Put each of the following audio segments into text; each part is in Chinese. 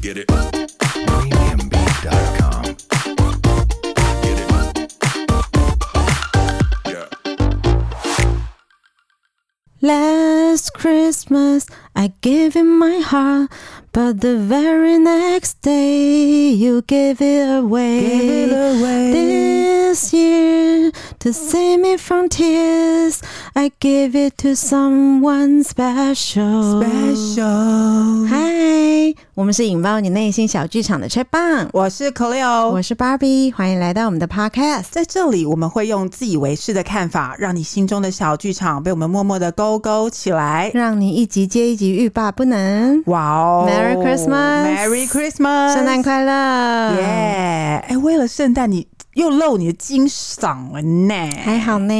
Get it. Premiumbeat.com. Get it. Yeah. Last Christmas, I gave you my heart, but the very next day, you gave it away. Give it away. This year, to save me from tears, I gave it to someone special. 哦 Special，嗨，我们是引爆你内心小剧场的 c h e p 棒，我是 Cleo，我是 Barbie，欢迎来到我们的 Podcast。在这里我们会用自以为是的看法，让你心中的小剧场被我们默默的勾勾起来。让你一集接一集欲罢不能。哇哦 Merry Merry Christmas Christmas，圣诞快乐！耶！哎、为了圣诞你又露你的金嗓了呢。还 好呢，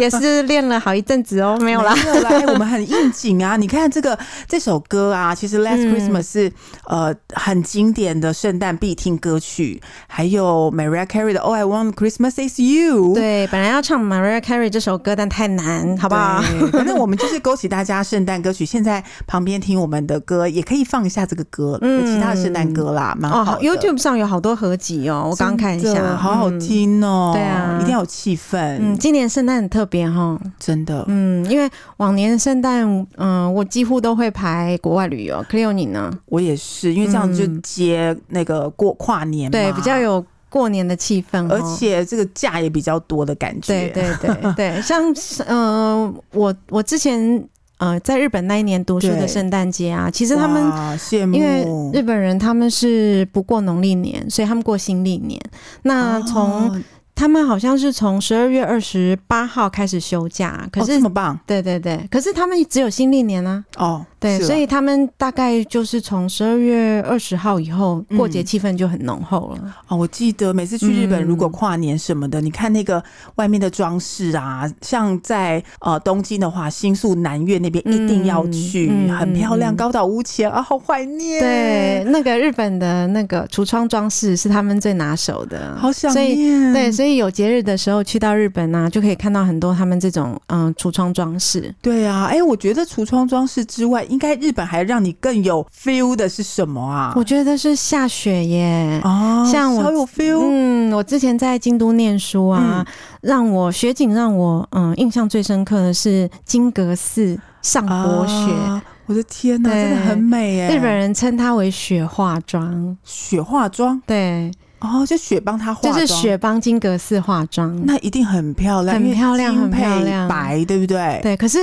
也是练了好一阵子哦，没有啦。没有啦，哎我们很应景啊！ 你看这个这首歌啊，其实《Last 嗯 Christmas 是》呃很经典的圣诞必听歌曲，还有 Mariah Carey 的《All，Oh, I Want Christmas Is You》。对，本来要唱 Mariah Carey 这首歌，但太难，好不好？对 反正我们就是勾起大家圣诞歌曲。现在旁边听我们的歌，也可以放一下这个歌，有其他的圣诞歌啦，蛮嗯哦好好的。 ，YouTube 上有好多合集哦，我刚刚看一真下，的好好嗯。听哦。对啊一定要有气氛，嗯，今年圣诞很特别哈，真的。嗯，因为往年圣诞，嗯，我几乎都会排国外旅游。Cleo 你呢？我也是，因为这样就嗯接那个过跨年嘛，对，比较，有过年的气氛哦，哎而且这个假也比较多的感对觉。对对 对，像呃，我我之前呃在日本那一年读书的对圣诞节啊，其实哇，他们羡因为慕日本人他们是不过农历年，所以他们过新历年。那啊从、哦他们好像是从十二月二十八号开始休假，可哦是、这么棒对对对，可是他们只有新历年啊，哦，对，是了所以他们大概就是从十二月二十号以后，嗯过节气氛就很浓厚了。哦，我记得每次去日本，嗯如果跨年什么的，你看那个外面的装饰啊，像在呃东京的话，新宿南苑那边一定要去，嗯嗯很漂亮，嗯高岛屋前啊，好怀念，对，，那个日本的那个橱窗装饰是他们最拿手的，好想所以念，对，所以有节日的时候去到日本呢、就可以看到很多他们这种嗯橱窗装饰。对啊，哎、我觉得橱窗装饰之外，应该日本还让你更有 feel 的是什么啊？我觉得是下雪耶。哦，像我好有 feel，、嗯，我之前在京都念书啊，嗯让我雪景让我嗯印象最深刻的是金阁寺上博雪，啊我的天哪，对真的很美哎！日本人称它为雪化妆，雪化妆对，哦，就雪帮他化就妆，是雪帮金阁寺化妆。那一定很漂亮，嗯很因为漂亮金很漂配亮白对不对？对，可是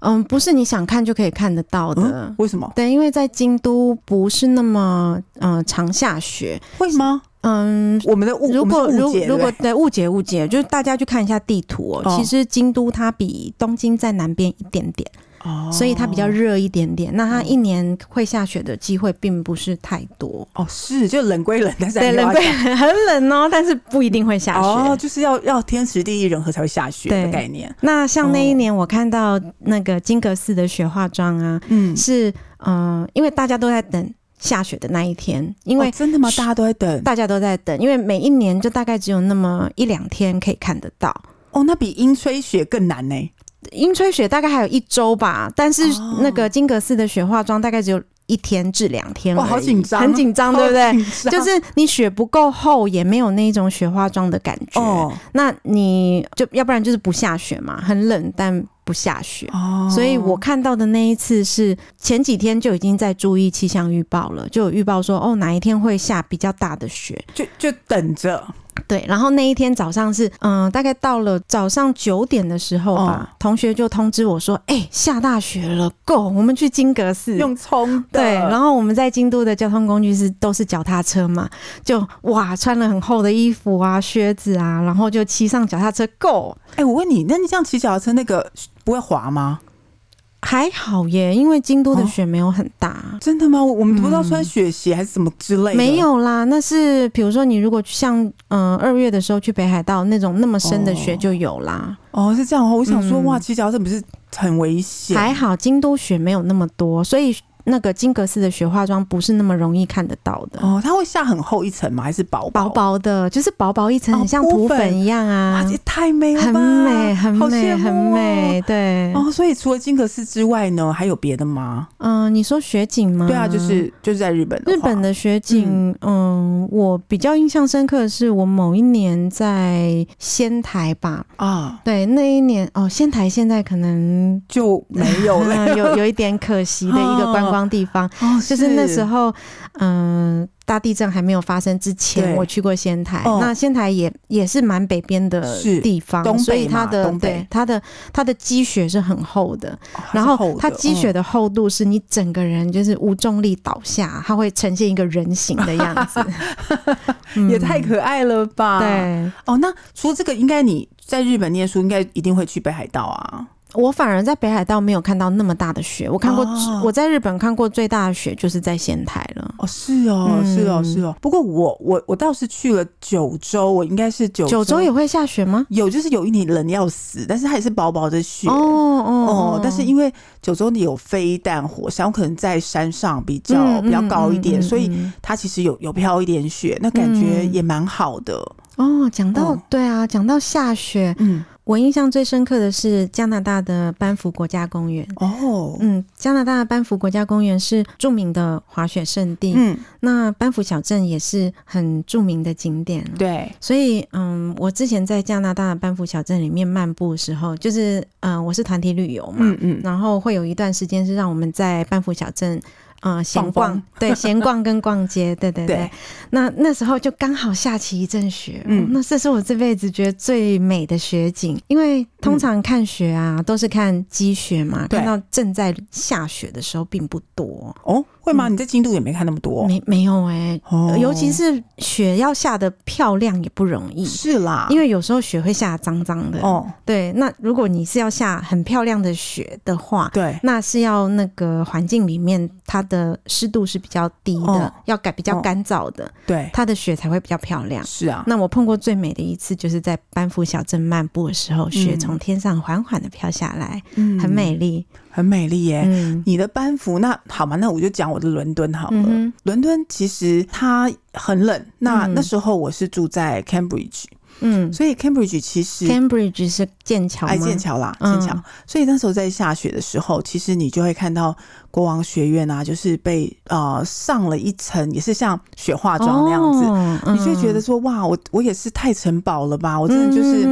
嗯，不是你想看就可以看得到的。嗯，为什么对，因为在京都不是那么嗯、呃常下雪，会吗？嗯，我们的误，如我果们是误如解，如果对不对对误解误解，就是大家去看一下地图哦。哦其实京都它比东京在南边一点点，哦所以它比较热一点点。那它嗯一年会下雪的机会并不是太多。哦，是就冷归冷，但是对，还是要冷归下 很冷哦，但是不一定会下雪。哦，就是要要天时地利人和才会下雪的对概念。那像那一年我看到那个金阁寺的雪化妆啊，嗯，是嗯、呃因为大家都在等下雪的那一天，因为哦真的吗？大家都在等大家都在等，因为每一年就大概只有那么一两天可以看得到。哦，那比阴吹雪更难呢。樱吹雪大概还有一周吧，但是哦那个金阁寺的雪化妆大概只有一天至两天而已，哇好紧张很紧嗯张，对不哦好对？紧张？就是你雪不够厚，也没有那种雪化妆的感觉。哦那你就要不然就是不下雪嘛，很冷但不下雪。哦，所以我看到的那一次是前几天就已经在注意气象预报了，就有预报说哦哪一天会下比较大的雪，就就等着对，然后那一天早上是，嗯、大概到了早上九点的时候吧，哦同学就通知我说，哎、下大雪了，Go，我们去金阁寺。用冲的。对，然后我们在京都的交通工具是都是脚踏车嘛，就哇穿了很厚的衣服啊、靴子啊，然后就骑上脚踏车，Go。哎，我问你，那你这样骑脚踏车那个不会滑吗？还好耶，因为京哦都的雪没有很大，真的吗？我我们不知道嗯穿雪鞋还是什么之类的。没有啦。那是比如说你如果像嗯二、月的时候去北海道那种那么深的雪哦就有啦。哦，是这样哦。我想说，嗯哇，骑脚踏车不是很危险？还好京都雪没有那么多，所以那个金格斯的雪化妆不是那么容易看得到的，哦，它会下很厚一层吗？还是薄薄？薄的，就是薄薄一层，哦很像铺涂粉粉一样啊哇，，这太美了很吧，美，很好美，羡慕很哦美。对，哦，所以除了金格斯之外呢，还有别的吗？嗯，你说雪景吗？对啊，就是就是在日本的话，日本的雪景，嗯，我比较印象深刻的是，我某一年在仙台吧，啊对，那一年哦，仙台现在可能就没有了。 有有一点可惜的一个观光地方，哦，啊 就是那时候，嗯、大地震还没有发生之前，对我去过仙台。哦那仙台也也是蛮北边的是地方，东北所以嘛它的东北对它的它的积雪是很厚的，哦，然是后厚它积雪的的哦嗯厚度是你整个人就是无重力倒下，它会呈现一个人形的样 子，嗯嗯也太可爱了吧？，对。哦，那除了这个，应该你在日本念书，应该一定会去北海道啊。我反而在北海道没有看到那么大的雪，我看过、哦我在日本看过最大的雪就是在仙台了，哦，是哦，嗯是哦，是哦。不过我我我倒是去了九州，我应该是九九州也会下雪吗？有，就是有一年冷得要死，但是它也是薄薄的雪。哦哦哦，但是因为九州有飞弹火山，我可能在山上比较、嗯嗯比较高一点，嗯嗯所以嗯它其实有有飘一点雪，那感觉嗯也蛮好的。哦，讲到、嗯对啊，讲到下雪，嗯，我印象最深刻的是加拿大的班夫国家公园。哦，嗯，加拿大的班夫国家公园是著名的滑雪胜地，嗯，那班夫小镇也是很著名的景点。啊对，所以，嗯，我之前在加拿大的班夫小镇里面漫步的时候，就是，嗯、我是团体旅游嘛，嗯嗯，然后会有一段时间是让我们在班夫小镇。呃，闲放逛风对，闲逛跟逛 街，对对对。对那那时候就刚好下起一阵雪，嗯嗯，那这是我这辈子觉得最美的雪景，因为通常看雪啊、都是看积雪嘛，嗯对看到正在下雪的时候并不多，哦，会吗？你在京都也没看那么多，没没有哎、哦尤其是雪要下的漂亮也不容易，是啦，因为为有时候雪会下得脏脏的。哦，哦，对，那如果你是要下很漂亮的雪的话，对，那是要那个环境里面它的湿度是比较低的，哦要改比较干燥的，对，它的雪才会比较漂亮。是啊，那我碰过最美的一次，就是在班夫小镇漫步的时候，雪从天上缓缓的飘下来，嗯很，美丽。很美丽耶。嗯你的班服那好嘛，那我就讲我的伦敦好了。嗯伦敦其实它很冷，那、嗯那时候我是住在 Cambridge，嗯所以 Cambridge 其实，Cambridge 是剑桥吗哎？剑桥啦，嗯剑桥。所以那时候在下雪的时候，其实你就会看到国王学院啊，就是被呃上了一层，也是像雪化妆那样子，子你就会觉得说哇，我我也是太城堡了吧，我真的就是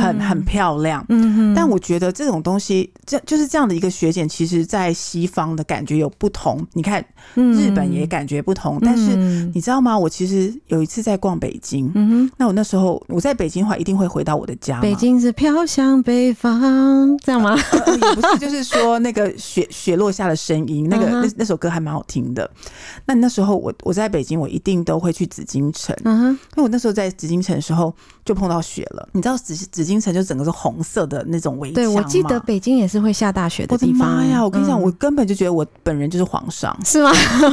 很、很漂亮。嗯但我觉得这种东西，这就是这样的一个雪景，其实在西方的感觉有不同。你看嗯日本也，感觉不同，但是是你知道吗？我其实有一次在逛北京，嗯哼，那我那时候我在北京的话，一定会回到我的家嘛。北京是飘向北方，这样吗？呃 呃也不是，就是说那个雪雪落下的声音，那个嗯哼那那首歌还蛮好听的。那那时候我我在北京，我一定都会去紫禁城。嗯哼。那我那时候在紫禁城的时候就碰到雪了，你知道紫紫禁城就整个是红色的那种围墙对，我记吗得北京也是会下大雪我的地方。妈呀！我跟你讲，嗯我根本就觉得我本人就是皇上，是吗？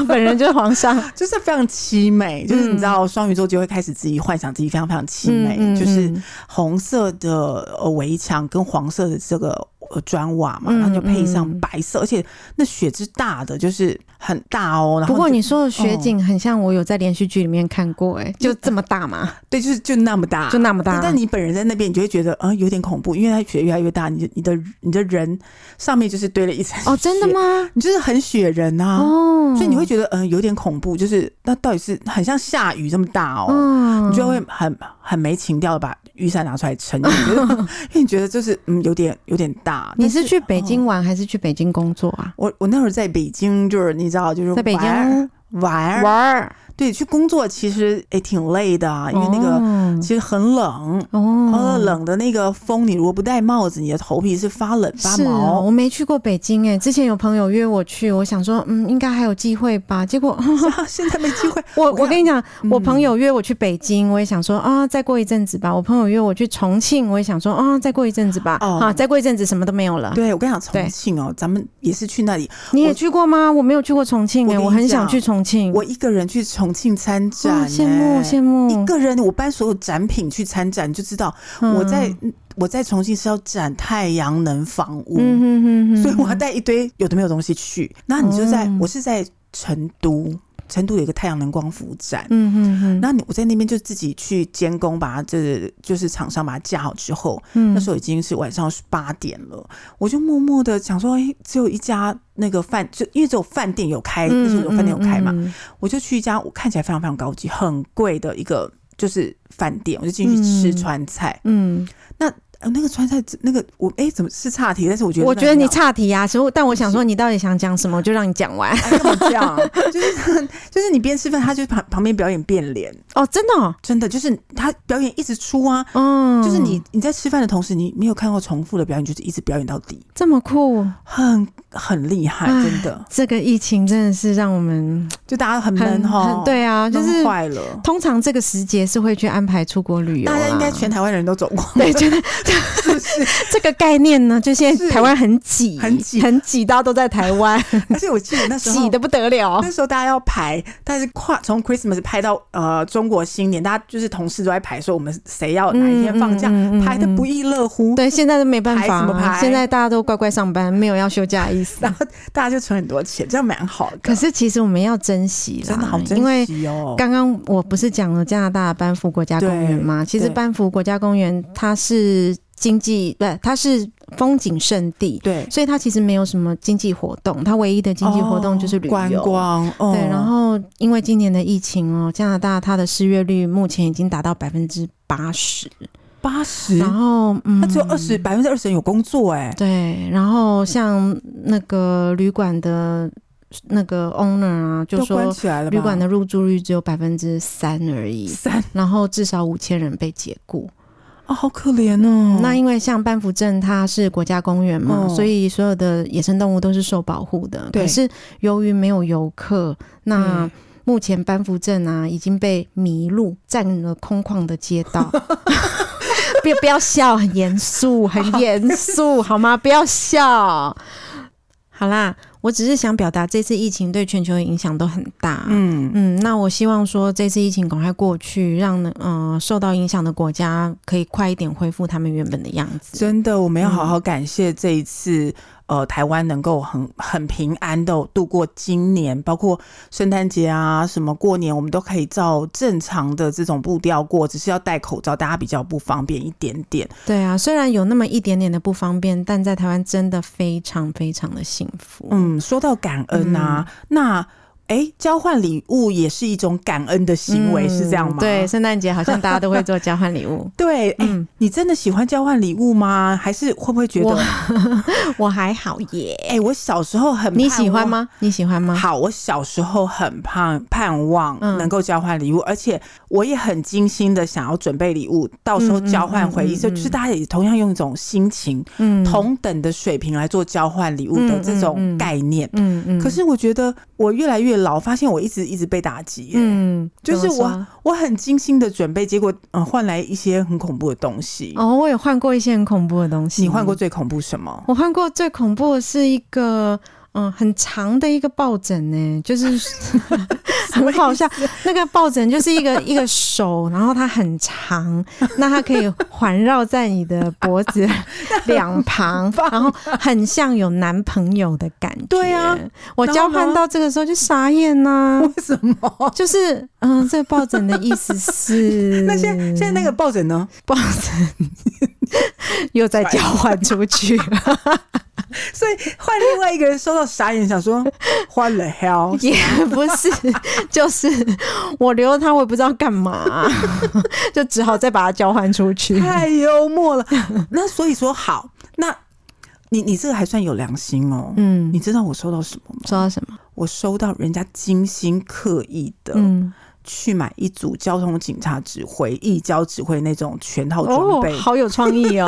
本人就是皇上。 就是非常凄美。就是你知道，双鱼座就会开始自己幻想自己非常非常凄美，就是嗯红色的呃围墙跟黄色的这个呃砖瓦嘛，嗯然后就配上嗯白色，而且那雪之大的就是很大哦。然后不过就你说的雪景很像我有在连续剧里面看过、哎，就这么大嘛，对，就是就那么大，就那么大对。但你本人在那边，你就会觉得啊、呃有点恐怖，因为它雪越来越大，你就你的你的人上面就是堆了一层哦，真的雪？吗？你就是很雪人啊呐、哦，所以你会觉得嗯、呃有点恐怖，就是那到底是很像下雨这么大哦。嗯你就会很很没情调的把雨伞拿出来撑，你 觉得因为你觉得就是嗯有点有点大。你但是去北京玩还是去北京工作啊？我我那会儿在北京，就是你知道，就是在北京玩儿玩儿，儿，对，去工作其实也挺累的啊，因为那个个其实很冷，然后哦。冷的那个风，你如果不戴帽子，你的头皮是发冷发是哦，毛。我没去过北京哎、之前有朋友约我去，我想说，嗯，应该还有机会吧。结果 现在没机会，我我我跟跟你讲，嗯我朋友约我去北京，我也想说啊，再过一阵子吧。我朋友约我去重庆，我也想说啊，再过一阵子吧。哦啊，再过一阵子什么都没有了。对我跟你讲，啊对重庆哦，咱们也是去那里，你我也去过吗？我没有去过重庆欸我哎、跟你我很讲想去重庆。我一个人去重重庆参展、哇嗯欸，哦羡慕羡慕嗯一个人，我搬所有展品去参展，你就知道我在、我在重庆是要展太阳能房屋，嗯哼哼哼，所以我要带一堆有的没有东西去。那你就在、嗯我是在成都，成都有一个太阳能光伏展。嗯哼哼，那你我在那边就自己去监工，把它这就是厂商把它架好之后，嗯那时候已经是晚上八点了，我就默默的想说，哎、只有一家那个饭，就因为只有饭店有开，那时候有饭店有开嘛，嗯，嗯我就去一家我看起来非常非常高级、很贵的一个就是饭店，我就进去吃嗯川菜。嗯，呃那个川菜，那个我哎、怎么是岔题？但是我嗯觉得我真觉的得很你好岔题啊，所以但我想说，你到底想讲什么，我就让你讲完。哎干嘛这样啊？ 就是就是你边吃饭，他就旁旁边表演变脸，哦，真的哦，真的就是他表演一直出啊，嗯，就是你你在吃饭的同时，你没有看过重复的表演，就是一直表演到底，这么酷，很很厉害，哎真的。这个疫情真的是让我们就大家很很闷哈很，，对啊，就闷是坏了。通常这个时节是会去安排出国旅游啦，啊大家应该全台湾人都走光了， 对，觉得 是不是？这个概念呢，就现在是台湾很挤，很挤哦很挤到都在台 湾，而且我记得那时挤候的。不得了那。时候大家要排，但是跨从 Christmas 拍到呃中国新年，大家就是同事都在排，说我们谁要哪一天放假，嗯嗯嗯嗯排的不亦乐乎。对，现在都没办法排什么啊，排现在大家都乖乖上班，没有要休假的意思然。后大家就存很多钱，这样蛮好的。可是其实我们要珍惜啦，真的好珍因为惜哦。刚刚我不是讲了加拿大的班夫国家公园吗？其实对班夫国家公园它是经济，不，它是风景胜地，对，所以它其实没有什么经济活动，它唯一的经济活动就是旅游。哦观光。哦、对，然后因为今年的疫情哦，加拿大它的失业率目前已经达到百分之八十，八十，然后嗯，那只有二十百分之二十人有工作哎、对，然后像那个旅馆的那个 owner 啊，就都关说起来了吧。旅馆的入住率只有百分之三而已，三然后至少五千人被解雇。哦，好可怜哦。那因为像班夫镇它是国家公园嘛，哦所以所有的野生动物都是受保护的。对可是由于没有游客，那嗯目前班夫镇啊已经被麋鹿占了空旷的街道。 不要不要笑，很严肃，很严肃，好吗？不要 笑。好啦，我只是想表达这次疫情对全球的影响都很大。嗯，嗯，那我希望说这次疫情赶快过去，让嗯、呃、受到影响的国家可以快一点恢复他们原本的样子。真的，我们要好好感谢这一嗯次，呃，台湾能够很很平安的度过今年，包括圣诞节啊，什么过年，我们都可以照正常的这种步调过，只是要戴口罩，大家比较不方便一点点。对啊，虽然有那么一点点的不方便，但在台湾真的非常非常的幸福。嗯，说到感恩啊，嗯那诶，交换礼物也是一种感恩的行为，是这样吗？。嗯对，。圣诞节好像大家都会做交换礼物 对，诶嗯你真的喜欢交换礼物吗？还是会不会觉得我，我还好耶，诶，我小时候很你盼喜欢望吗？你喜欢吗？好，我小时候很盼盼望嗯能够交换礼物，而且我也很精心的想要准备礼物，到时候嗯嗯交换回忆，嗯嗯就就是大家也同样用一种心情、嗯，同等的水平来做交换礼物的嗯这嗯种嗯概念。嗯嗯，可是我觉得我越来越老，发现我一直一直被打击耶、嗯，就是怎么说我我很精心的准备，结果嗯换来一些很恐怖的东西。哦，嗯我有换过一些很恐怖的东西。你换过最恐怖什么？ 我换过最恐怖的是一个。嗯，很长的一个抱枕呢、就是 很好笑。那个抱枕就是一个 一个手，然后它很长，那它可以环绕在你的脖子 两旁，然后很像有男朋友的感觉。啊对啊，我然后交呢换到这个时候就傻眼呐、为什么？就是嗯，这个抱枕的意思是 那现在现在那个抱枕呢？抱枕 又在交换出去了。所以换另外一个人收到傻眼，想说换了 hell，也不是，就是我留了它，我也不知道干嘛， 就只好再把它交换出去。太幽默了。那所以说好，那你你这个还算有良心哦。嗯你，知道我收到什么吗？说到什么？我收到人家精心刻意的 嗯，去买一组交通警察指挥、义交指挥那种全套装哦备，。好有创意 哦，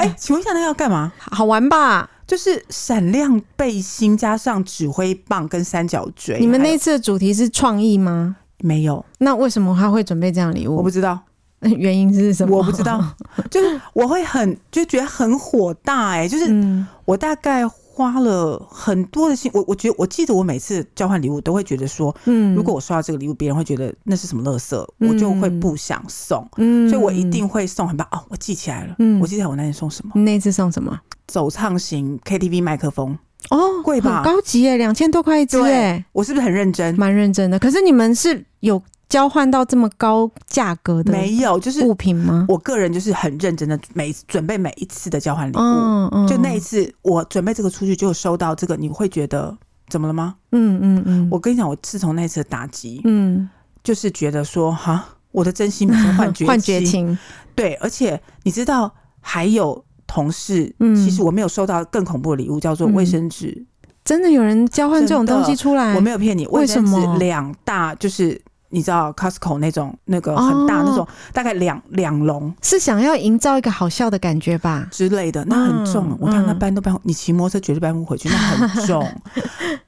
哎、请问一下，那要干嘛？好玩吧？就是闪亮背心加上指挥棒跟三角锥。你们还那有次的主题是创意吗？没有？那为什么他会准备这样的礼我物不？知道。 原因是什么？我 不知道，就是我会很就觉得很火大哎、就是嗯我大概花了很多的心，我我觉得我记得我每次交换礼物都会觉得说，嗯如果我收到这个礼物，别人会觉得那是什么垃圾，我就会不想送，嗯所以我一定会送很棒哦，我记起来了，嗯我记起来我那天送什么，你那一次送什么？走唱型 KTV 麦克风，哦，贵吧很高级耶，两千多块一支耶，我是不是很认真？蛮认真的。可是你们是有交换到这么高价格的没有，就是物品吗？我个人就是很认真的每准备每一次的交换礼物，嗯嗯，就那一次我准备这个出去就收到这个，你会觉得怎么了吗？嗯嗯嗯，我跟你讲，我自从那次的打击，嗯就是觉得说哈，我的真心 变成幻觉幻觉情，对，而且你知道还有同事，嗯其实我没有收到更恐怖的礼物，叫做嗯卫生纸。真的有人交换这种真的东西出来？我没有骗你，卫哎为什生么纸两大就是。你知道 Costco 那种那个很大、哦那种，大概两两笼是想要营造一个好笑的感觉吧？之类的，那很重。嗯我看那嗯搬都搬，你骑摩托车绝对搬不回去，那 很重。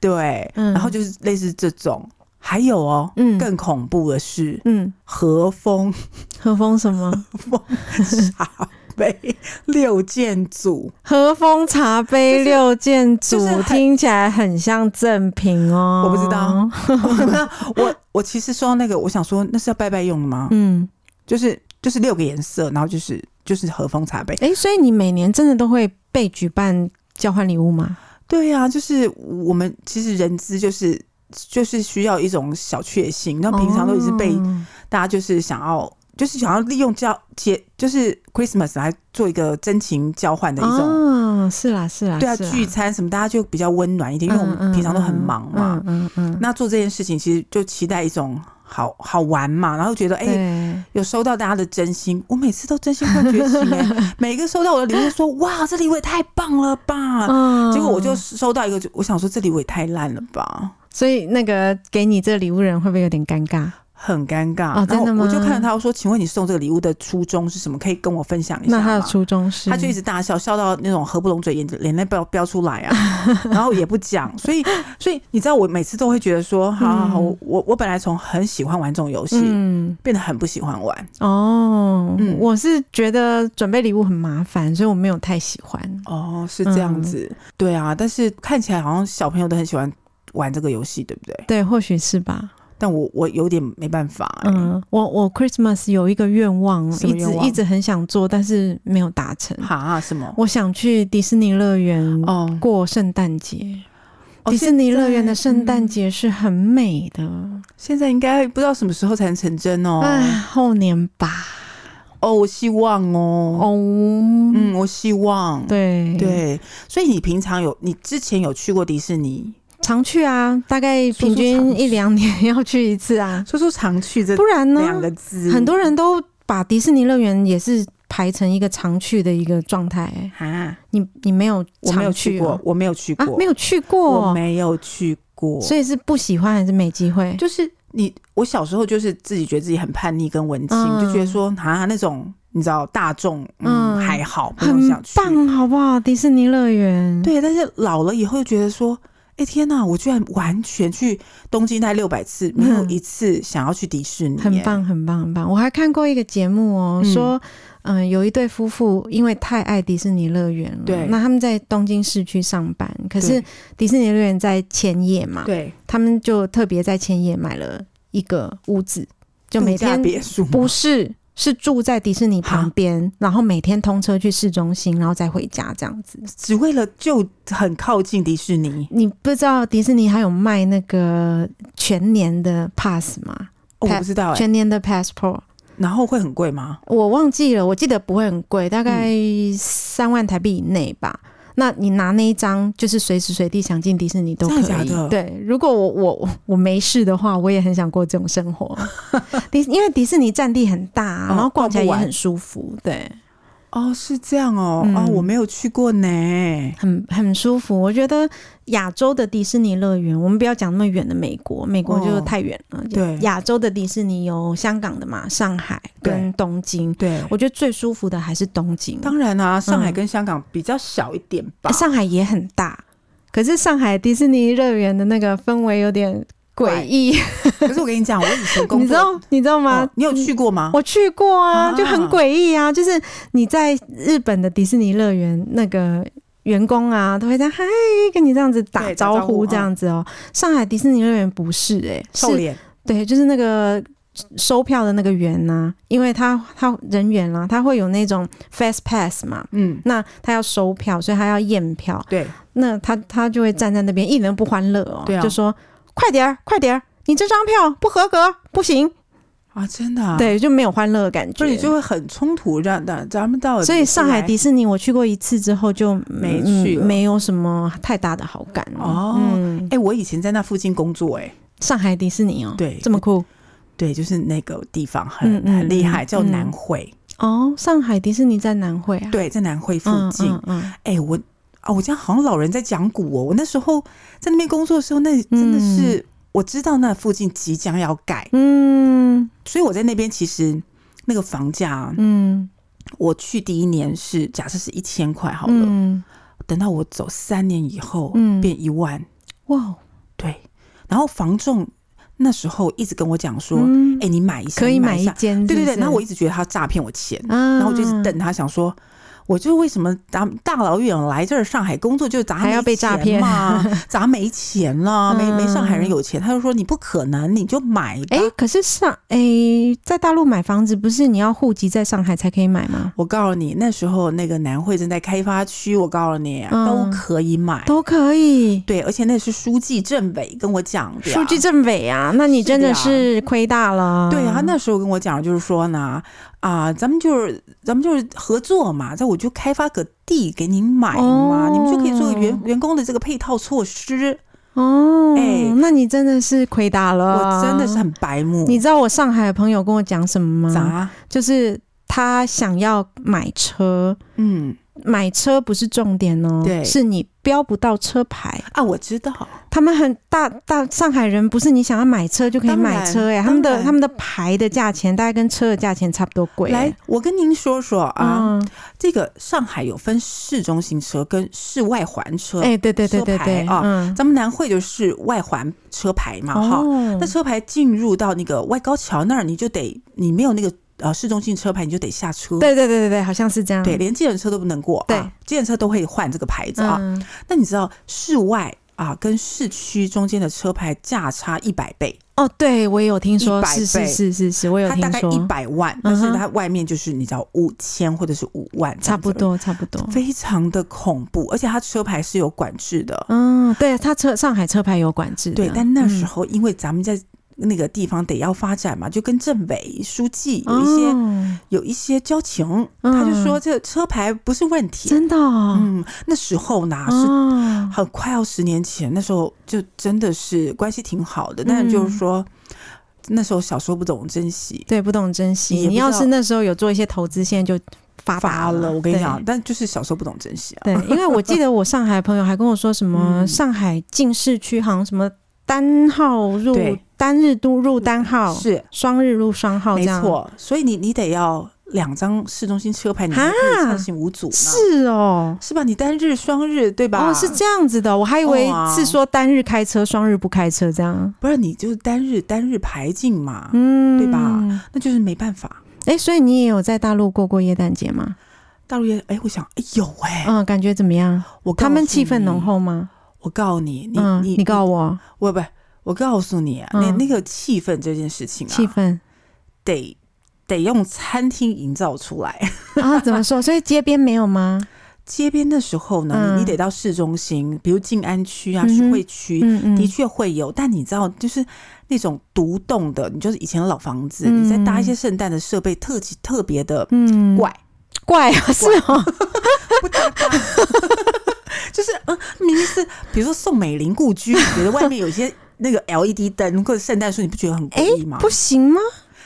对，嗯然后就是类似这种，还有哦，嗯更恐怖的是嗯，和风和风什么？茶杯六件 组，和风茶杯六件组、就是很听起来很像赠品哦。我不知道。我我其实说到那个，我想说那是要拜拜用的吗？嗯，就是就是六个颜色，然后就是就是和风茶杯。哎、所以你每年真的都会被举办交换礼物吗？对呀、就是我们其实人资就是就是需要一种小确幸，那呃平常都已经被哦大家就是想要。就是想要利用交节，就是 Christmas 来做一个真情交换的一种，哦，是啦是啦，对啊，是啦聚餐什么，大家就比较温暖一点，因为我嗯们嗯平常都很忙嘛。嗯嗯嗯，那做这件事情，其实就期待一种好好玩嘛，然后觉得哎、对，有收到大家的真心，我每次都真心换绝情 哎、每一个收到我的礼物都说哇，这礼物也太棒了吧。嗯结果我就收到一个，我想说这礼物也太烂了吧，所以那个给你这礼物人会不会有点尴尬？很尴尬。哦然真后的吗我就看着他我说：“请问你送这个礼物的初衷是什么？可以跟我分享一下那吗？”他的初衷是，他就一直大笑，笑到那种合不拢嘴，眼眼泪飙飙出来 啊，然后也不讲，所以所以你知道，我每次都会觉得说，好好好，我我我本来从很喜欢玩这种游戏，嗯变得很不喜欢玩哦，嗯我是觉得准备礼物很麻烦，所以我没有太喜欢。哦，是这样子，对啊，但是看起来好像小朋友都很喜欢玩这个游戏，对不对？对，或许是吧。但我我有点没办法、欸，嗯，我我 Christmas 有一个愿望，什么一愿直望一直很想做，但是没有达成。哈，什么？我想去迪士尼乐园哦，过圣诞节。哦迪士尼乐园的现在嗯圣诞节是很美的，现在应该不知道什么时候才能成真哦。哎，后年吧。哦，我希望哦，哦，嗯，我希望，对，对，所以你平常有，你之前有去过迪士尼，常去啊，大概说平出常均去一两年要去一次 啊，说说常去这不然两呢，个字，很多人都把迪士尼乐园也是排成一个常去的一个状态、哎啊，你你没有我没有常去哦过，我没有去过，啊，没有去过，我没有去过，所以是不喜欢还是没机会？就是你，我小时候就是自己觉得自己很叛逆跟文青，嗯就觉得说啊那种你知道大众嗯嗯还好，不用很想去。棒，啊好不好？迪士尼乐园，，对，但是老了以后就觉得说，哎、天哪，我居然完全去东京待六百次，没有嗯一次想要去迪士尼、很。棒，很棒，很棒。我还看过一个节目哦，嗯说，嗯、有一对夫妇因为太爱迪士尼乐园了，对那他们在东京市区上班，可是对迪士尼乐园在千叶嘛，对，他们就特别在千叶买了一个屋子，就每度假天别墅吗不是。是住在迪士尼旁边，然后每天通车去市中心，然后再回家这样子。只为了就很靠近迪士尼，你不知道迪士尼还有卖那个全年的 pass 吗？哦、我太不知道哎、全年的 passport，然后会很贵吗？我忘记了，我记得不会很贵，大概嗯三万台币以内吧。那你拿那一张，就是随时随地想进迪士尼都可以。真的假的对，如果我我我没事的话，我也很想过这种生 活。迪因为迪士尼占地很大啊，哦然后逛起来逛不也完很舒服，对，哦，是这样哦，嗯哦，我没有去过呢。很很舒服。我觉得亚洲的迪士尼乐园，我们不要讲那么远的美国，美国就哦太远了。对亚洲的迪士尼有香港的嘛，上海跟东京。对，我觉得最舒服的还是东京，当然啊，上海嗯跟香港比较小一点吧。上海也很大，可是上海迪士尼乐园的那个氛围有点诡异，可是我跟你讲，我以前 你工作，知道你知道吗？哦你有去过吗？我去过啊，啊就很诡异啊！就是你在日本的迪士尼乐园那个员工啊，都会这样嗨，跟你这样子打对打招招呼呼这样子哦、上海迪士尼乐园不是哎、臭是脸，对，就是那个收票的那个员呐、因为他他人员啦、他会有那种 fast pass 嘛，嗯，那他要收票，所以他要验票，对，那他他就会站在那边一人不欢乐哦、对啊就说快点儿，快点儿，你这张票不合格，不行，啊，真的、啊，，对，就没有欢乐的感所觉，以就会很冲突，让咱咱们到底所以上海来迪士尼我去过一次之后就没去了嗯没有什么太大的好感哦嗯哎、，我以前在那附近工作、哎，上海迪士尼哦，对这么酷对，就是那个地方很、嗯嗯很厉害，嗯叫嗯南汇，哦。上海迪士尼在南汇啊，对，在南汇附嗯，近。嗯嗯哎、我啊，我家好像老人在讲古哦。我那时候在那边工作的时候，嗯那真的是、我知道那附近即将要盖，嗯所以我在那边其实那个房价啊，嗯我去第一年是假设是一千块好了，嗯，等到我走三年以后，嗯变一万，哇，对。然后房仲那时候一直跟我讲说，哎、嗯你买一下，可以你买买一下，间是不对是，对对。然后我一直觉得他诈骗我钱，啊，然后我就一直瞪他，想说，我就为什么咱们大老远来这儿上海工作，就是咱还要没被诈钱骗嗯嘛， 咱没钱 了，没没上海人有钱。他就说你不可能，你就买吧。哎，可是上哎，在大陆买房子不是你要户籍在上海才可以买吗？我告诉你，那时候那个南汇正在开发区，我告诉你、嗯都可以买。都可以，对，而且那是书记政委跟我讲的、书记。政委啊，那你是真的的呀是亏大了。对啊，他那时候跟我讲，就是说呢，啊、咱们就是咱们就是合作嘛，在我就开发个地给您买嘛，哦你们就可以做员员工的这个配套措施。哦，哎那你真的是亏大了啊，我真的是很白目。你知道我上海的朋友跟我讲什么吗？砸，就是他想要买车，嗯买车不是重点哦，对是你标不到车牌。啊，我知道，他们很大大上海人，不是你想要买车就可以当然买车哎、当他们的然他们的牌的价钱大概跟车的价钱差不多贵、来，我跟您说说啊，嗯，这个上海有分市中型车跟市外环车，哎、对对对对车对呃牌，啊嗯，咱们南汇就是外环车牌嘛，哦哈、那车牌进入到那个外高桥那儿，你就得，你没有那个呃市中心车牌，你就得下车。对对对对对，好像是这样，对，连计程车都不能过啊，对计程车都会换这个牌子啊。嗯，那你知道市外啊跟市区中间的车牌价差一百倍，哦，对我也有听说， 100是是倍是是是，我有它听大概说，一百万，但是嗯哼它外面就是你知道五千或者是五万，差不，多差不多，非常的恐怖，而且它车牌是有管制的，嗯，啊对他车上海车牌有管制的，嗯对。但那时候候因为咱们在那个地方得要发展嘛，就跟政委、书记有哦一些、有一些交情，他就说这车牌不是问题。嗯真的哦，嗯，那时候呢是哦很快要十年前，那时候就真的是关系挺好的，但是就是说、嗯那时候小时候不懂珍惜，对，不懂珍惜。也不你知道要是那时候有做一些投资，现在就发达发了，我跟你对讲，但就是小时候不懂珍惜啊。对，因为我记得我上海朋友还跟我说什么 嗯上海进市区好像什么单号入对单日都入单号，是双日入双号，没这样。错，所以你你得要两张市中心车牌，你才可以哈畅行无阻呢，是哦。是吧？你单日、双日对吧？哦，是这样子的，我还以为哦啊是说单日开车，双日不开车这样，不是你就是单日单日排进嘛，嗯，对吧？那就是没办法。哎、所以你也有在大陆过过耶诞节吗？大陆也哎，我想哎有哎，嗯，感觉怎么样？我告他诉们你气氛浓。厚吗？我告诉你，你嗯，你你告诉我我不，我告诉你啊，那嗯那个气氛这件事情气啊，氛得得用餐厅营造出来。 啊？怎么说？所以街边没有吗？街边的时候呢，嗯你你得到市中心，比如静安区啊、嗯哼徐汇区，嗯嗯， 的确会有，但你知道，就是那种独栋的，你就是以前的老房子，嗯你再搭一些圣诞的设备，特级特别的嗯，怪，怪啊，是哦，不搭嘎。就是嗯，明明是比如说宋美龄 故居，你觉得外面有一些那个 LED 灯或者圣诞树，你不觉得很哎诡异吗？不行吗？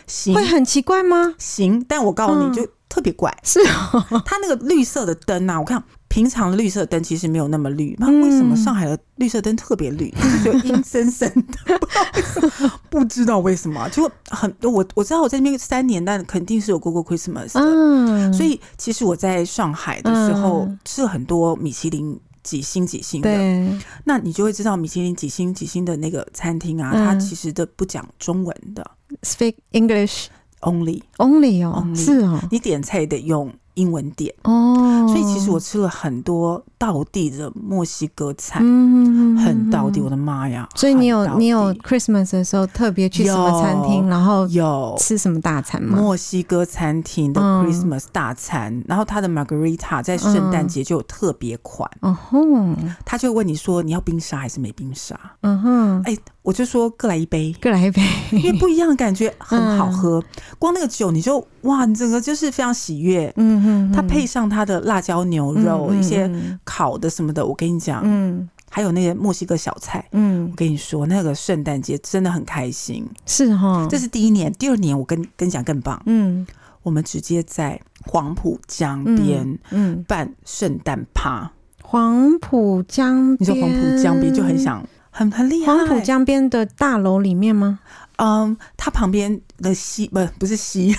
行啊会很奇怪吗？行，但我告诉嗯你，就特别怪。是哦，它那个绿色的灯啊，我看平常的绿色灯其实没有那么绿，那嗯为什么上海的绿色灯特别绿？就是觉得阴森森的，不知道为什么，不知道为什么，啊就很我我知道我在那边三年，但肯定是有过过 Christmas 的，嗯，所以其实我在上海的时候嗯吃了很多米其林。几星几星的，对，那你就会知道米其林几星几星的那个餐厅啊，嗯它其实的不讲中文的 speak English ，only only 哦， Only 是哦，你点菜得用英文点，哦，所以其实我吃了很多道地的墨西哥菜，嗯，很道地，我的妈呀！所以你很有道你有地 Christmas 的时候特别去什么餐厅，有然后有吃什么大餐吗？墨西哥餐厅的嗯 Christmas 大餐，然后它的 Margarita 在圣诞节就有特别款，哦吼，他就会问你说你要冰沙还是没冰沙？嗯哼，哎、我就说各来一杯， 各来一杯，因为不一样的感觉很好嗯喝。光那个酒你就哇，你整个就是非常喜悦。嗯哼，它配上它的辣椒牛肉，嗯一些嗯烤的什么的，我跟你讲，嗯还有那些墨西哥小菜。嗯我，跟你说，那个圣诞节真的很开心，是哈，这是第一年。第二年我跟跟你讲更棒，嗯我们直接在黄浦江嗯边嗯，办圣诞趴。黄浦江，你说黄浦江边就很。想很很厉害，黄浦江边的大楼里面吗？嗯，它旁边的溪不不是溪，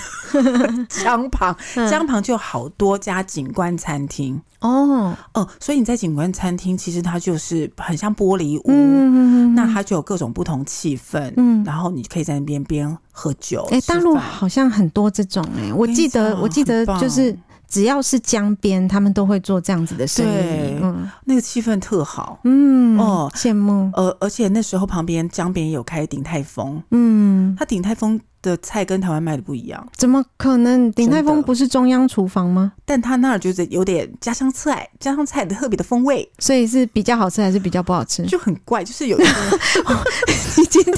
江旁嗯江旁就有好多家景观餐厅哦，哦、所以你在景观餐厅其实它就是很像玻璃屋，嗯，那它就有各种不同气氛，嗯然后你可以在那边边喝酒。哎、大陆吃饭好像很多这种哎、我跟你记得讲我记得很棒就是只要是江边，他们都会做这样子的生意对，嗯那个气氛特好，嗯哦羡慕，呃，而且那时候旁边江边也有开鼎泰丰，嗯，它鼎泰丰的菜跟台湾卖的不一样，怎么可能？鼎泰丰真的不是中央厨房吗？但它那儿就是有点家乡菜，家乡菜的特别的风味，所以是比较好吃还是比较不好吃？就很怪，就是有一种哦你 今天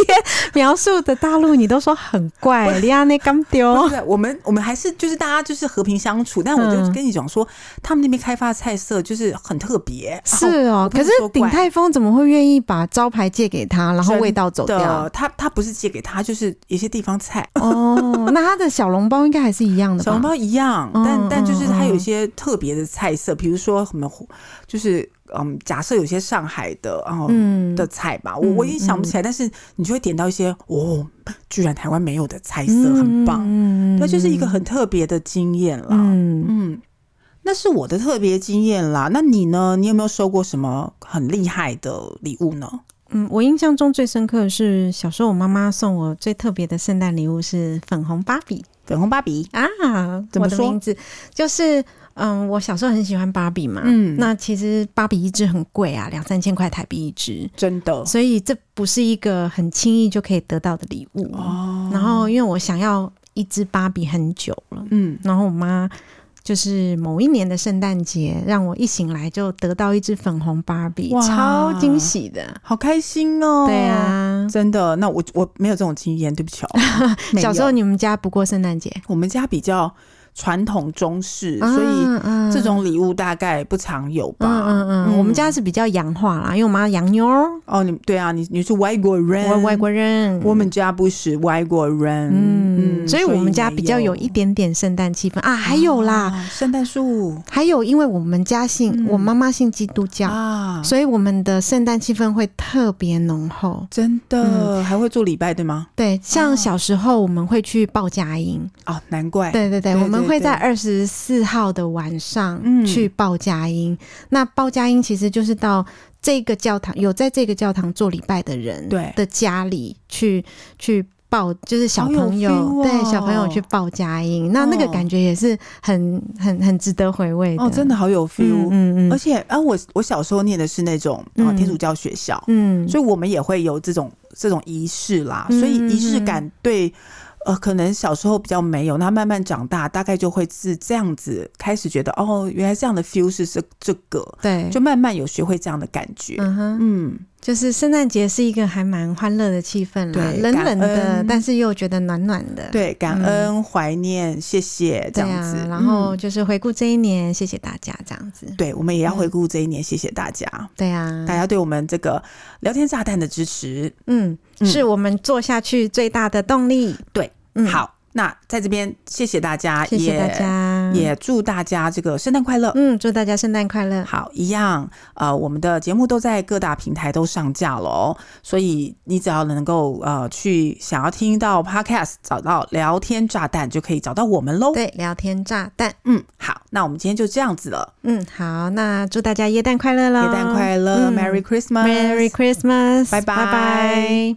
描述的大陆，你都说很 怪，利亚内刚不丢是，我们我们还是就是大家就是和平相处，但我就嗯跟你讲说，他们那边开发菜色就是很特别， 是然哦。不可能是说鼎怪泰丰怎么会愿意把招牌借给他，然后真味道走后掉的？他他不是借给他，就是一些地方菜，哦，那他的小笼包应该还是一样的吧？小笼包一样，但嗯但就是它有嗯一些特别的菜色，比如说什么，就是嗯，假设有些上海的啊。嗯的菜吧，我我也想不起来，但是你就会点到一些哦，居然台湾没有的菜色，很棒，嗯那就是一个很特别的经验啦。嗯，嗯，那是我的特别经验啦。那你呢？你有没有收过什么很厉害的礼物呢？嗯，我印象中最深刻的是小时候我妈妈送我最特别的圣诞礼物是粉红芭比粉红芭比，啊，怎么我的说名字就是嗯，我小时候很喜欢芭比嘛，嗯那其实芭比一只很贵啊，两三千块台币一只，真的所以这不是一个很轻易就可以得到的礼物。哦，然后因为我想要一只芭比很久了，嗯，然后我妈就是某一年的圣诞节，让我一醒来就得到一只粉红芭比，哇超惊喜的。好开心哦。对。啊，真的，那我我没有这种经验，对 不起哦。没有小时候你们家不过圣诞节，我们家比较传统中式，呃啊所以以这种礼物大概不常有吧。嗯嗯嗯，我们家是比较洋化啦，因为我妈洋妞儿，哦，你对啊，你你是外国人，我外国人，我们家不是外国人，嗯，所以我们家比较有没一点点圣诞气氛啊。还有啦，啊圣诞树还有因为我们家信，嗯我妈妈信基督教，啊，所以我们的圣诞气氛会特别浓厚。真嗯的、还会做礼拜对吗？对，像哦小时候我们会去报佳音，哦，难怪。对对对，对我们对会在对二十四号的晚上嗯去报佳音。那报佳音其实就是到这个教堂有在这个教堂做礼拜的人对的家里去去报，就是小好有朋友、 feel 哦对小朋友去报佳音，那那个哦感觉也是很很很值得回味的。哦，真的好有 feel。嗯嗯而嗯且啊，我我小时候念的是那种啊嗯天主教学校，嗯，所以我们也会有这种这种仪式啦。嗯所以仪式感对呃，可能小时候比较没有，那慢慢长大，大概就会是这样子开始觉得哦，原来这样的 feel 是这这个，对，就慢慢有学会这样的感觉。嗯哼，嗯，就是圣诞节是一个还蛮欢乐的气氛啦，对冷冷感的，恩但是又觉得暖暖的。。对，感嗯恩、怀念、谢谢这对样啊子。，然后嗯就是回顾这一年，谢谢大家这样子。对，我们也要嗯回顾这一年，谢谢大家。对啊，大家对我们这个聊天炸弹的支持。嗯，嗯是我们做下去最大的动力。对，嗯，，好，那在这边谢谢大家，谢谢也大家，也祝大家这个圣诞快乐。嗯，祝大家圣诞快乐。好，一样，呃，我们的节目都在各大平台都上架了哦，所以你只要能够呃去想要听到 podcast，找到聊天炸弹就可以找到我们喽。对，聊天炸弹。嗯，好，那我们今天就这样子了，嗯，好，那祝大家耶诞快乐喽！元旦快乐、嗯 m e r r y Christmas， Merry Christmas，拜拜拜拜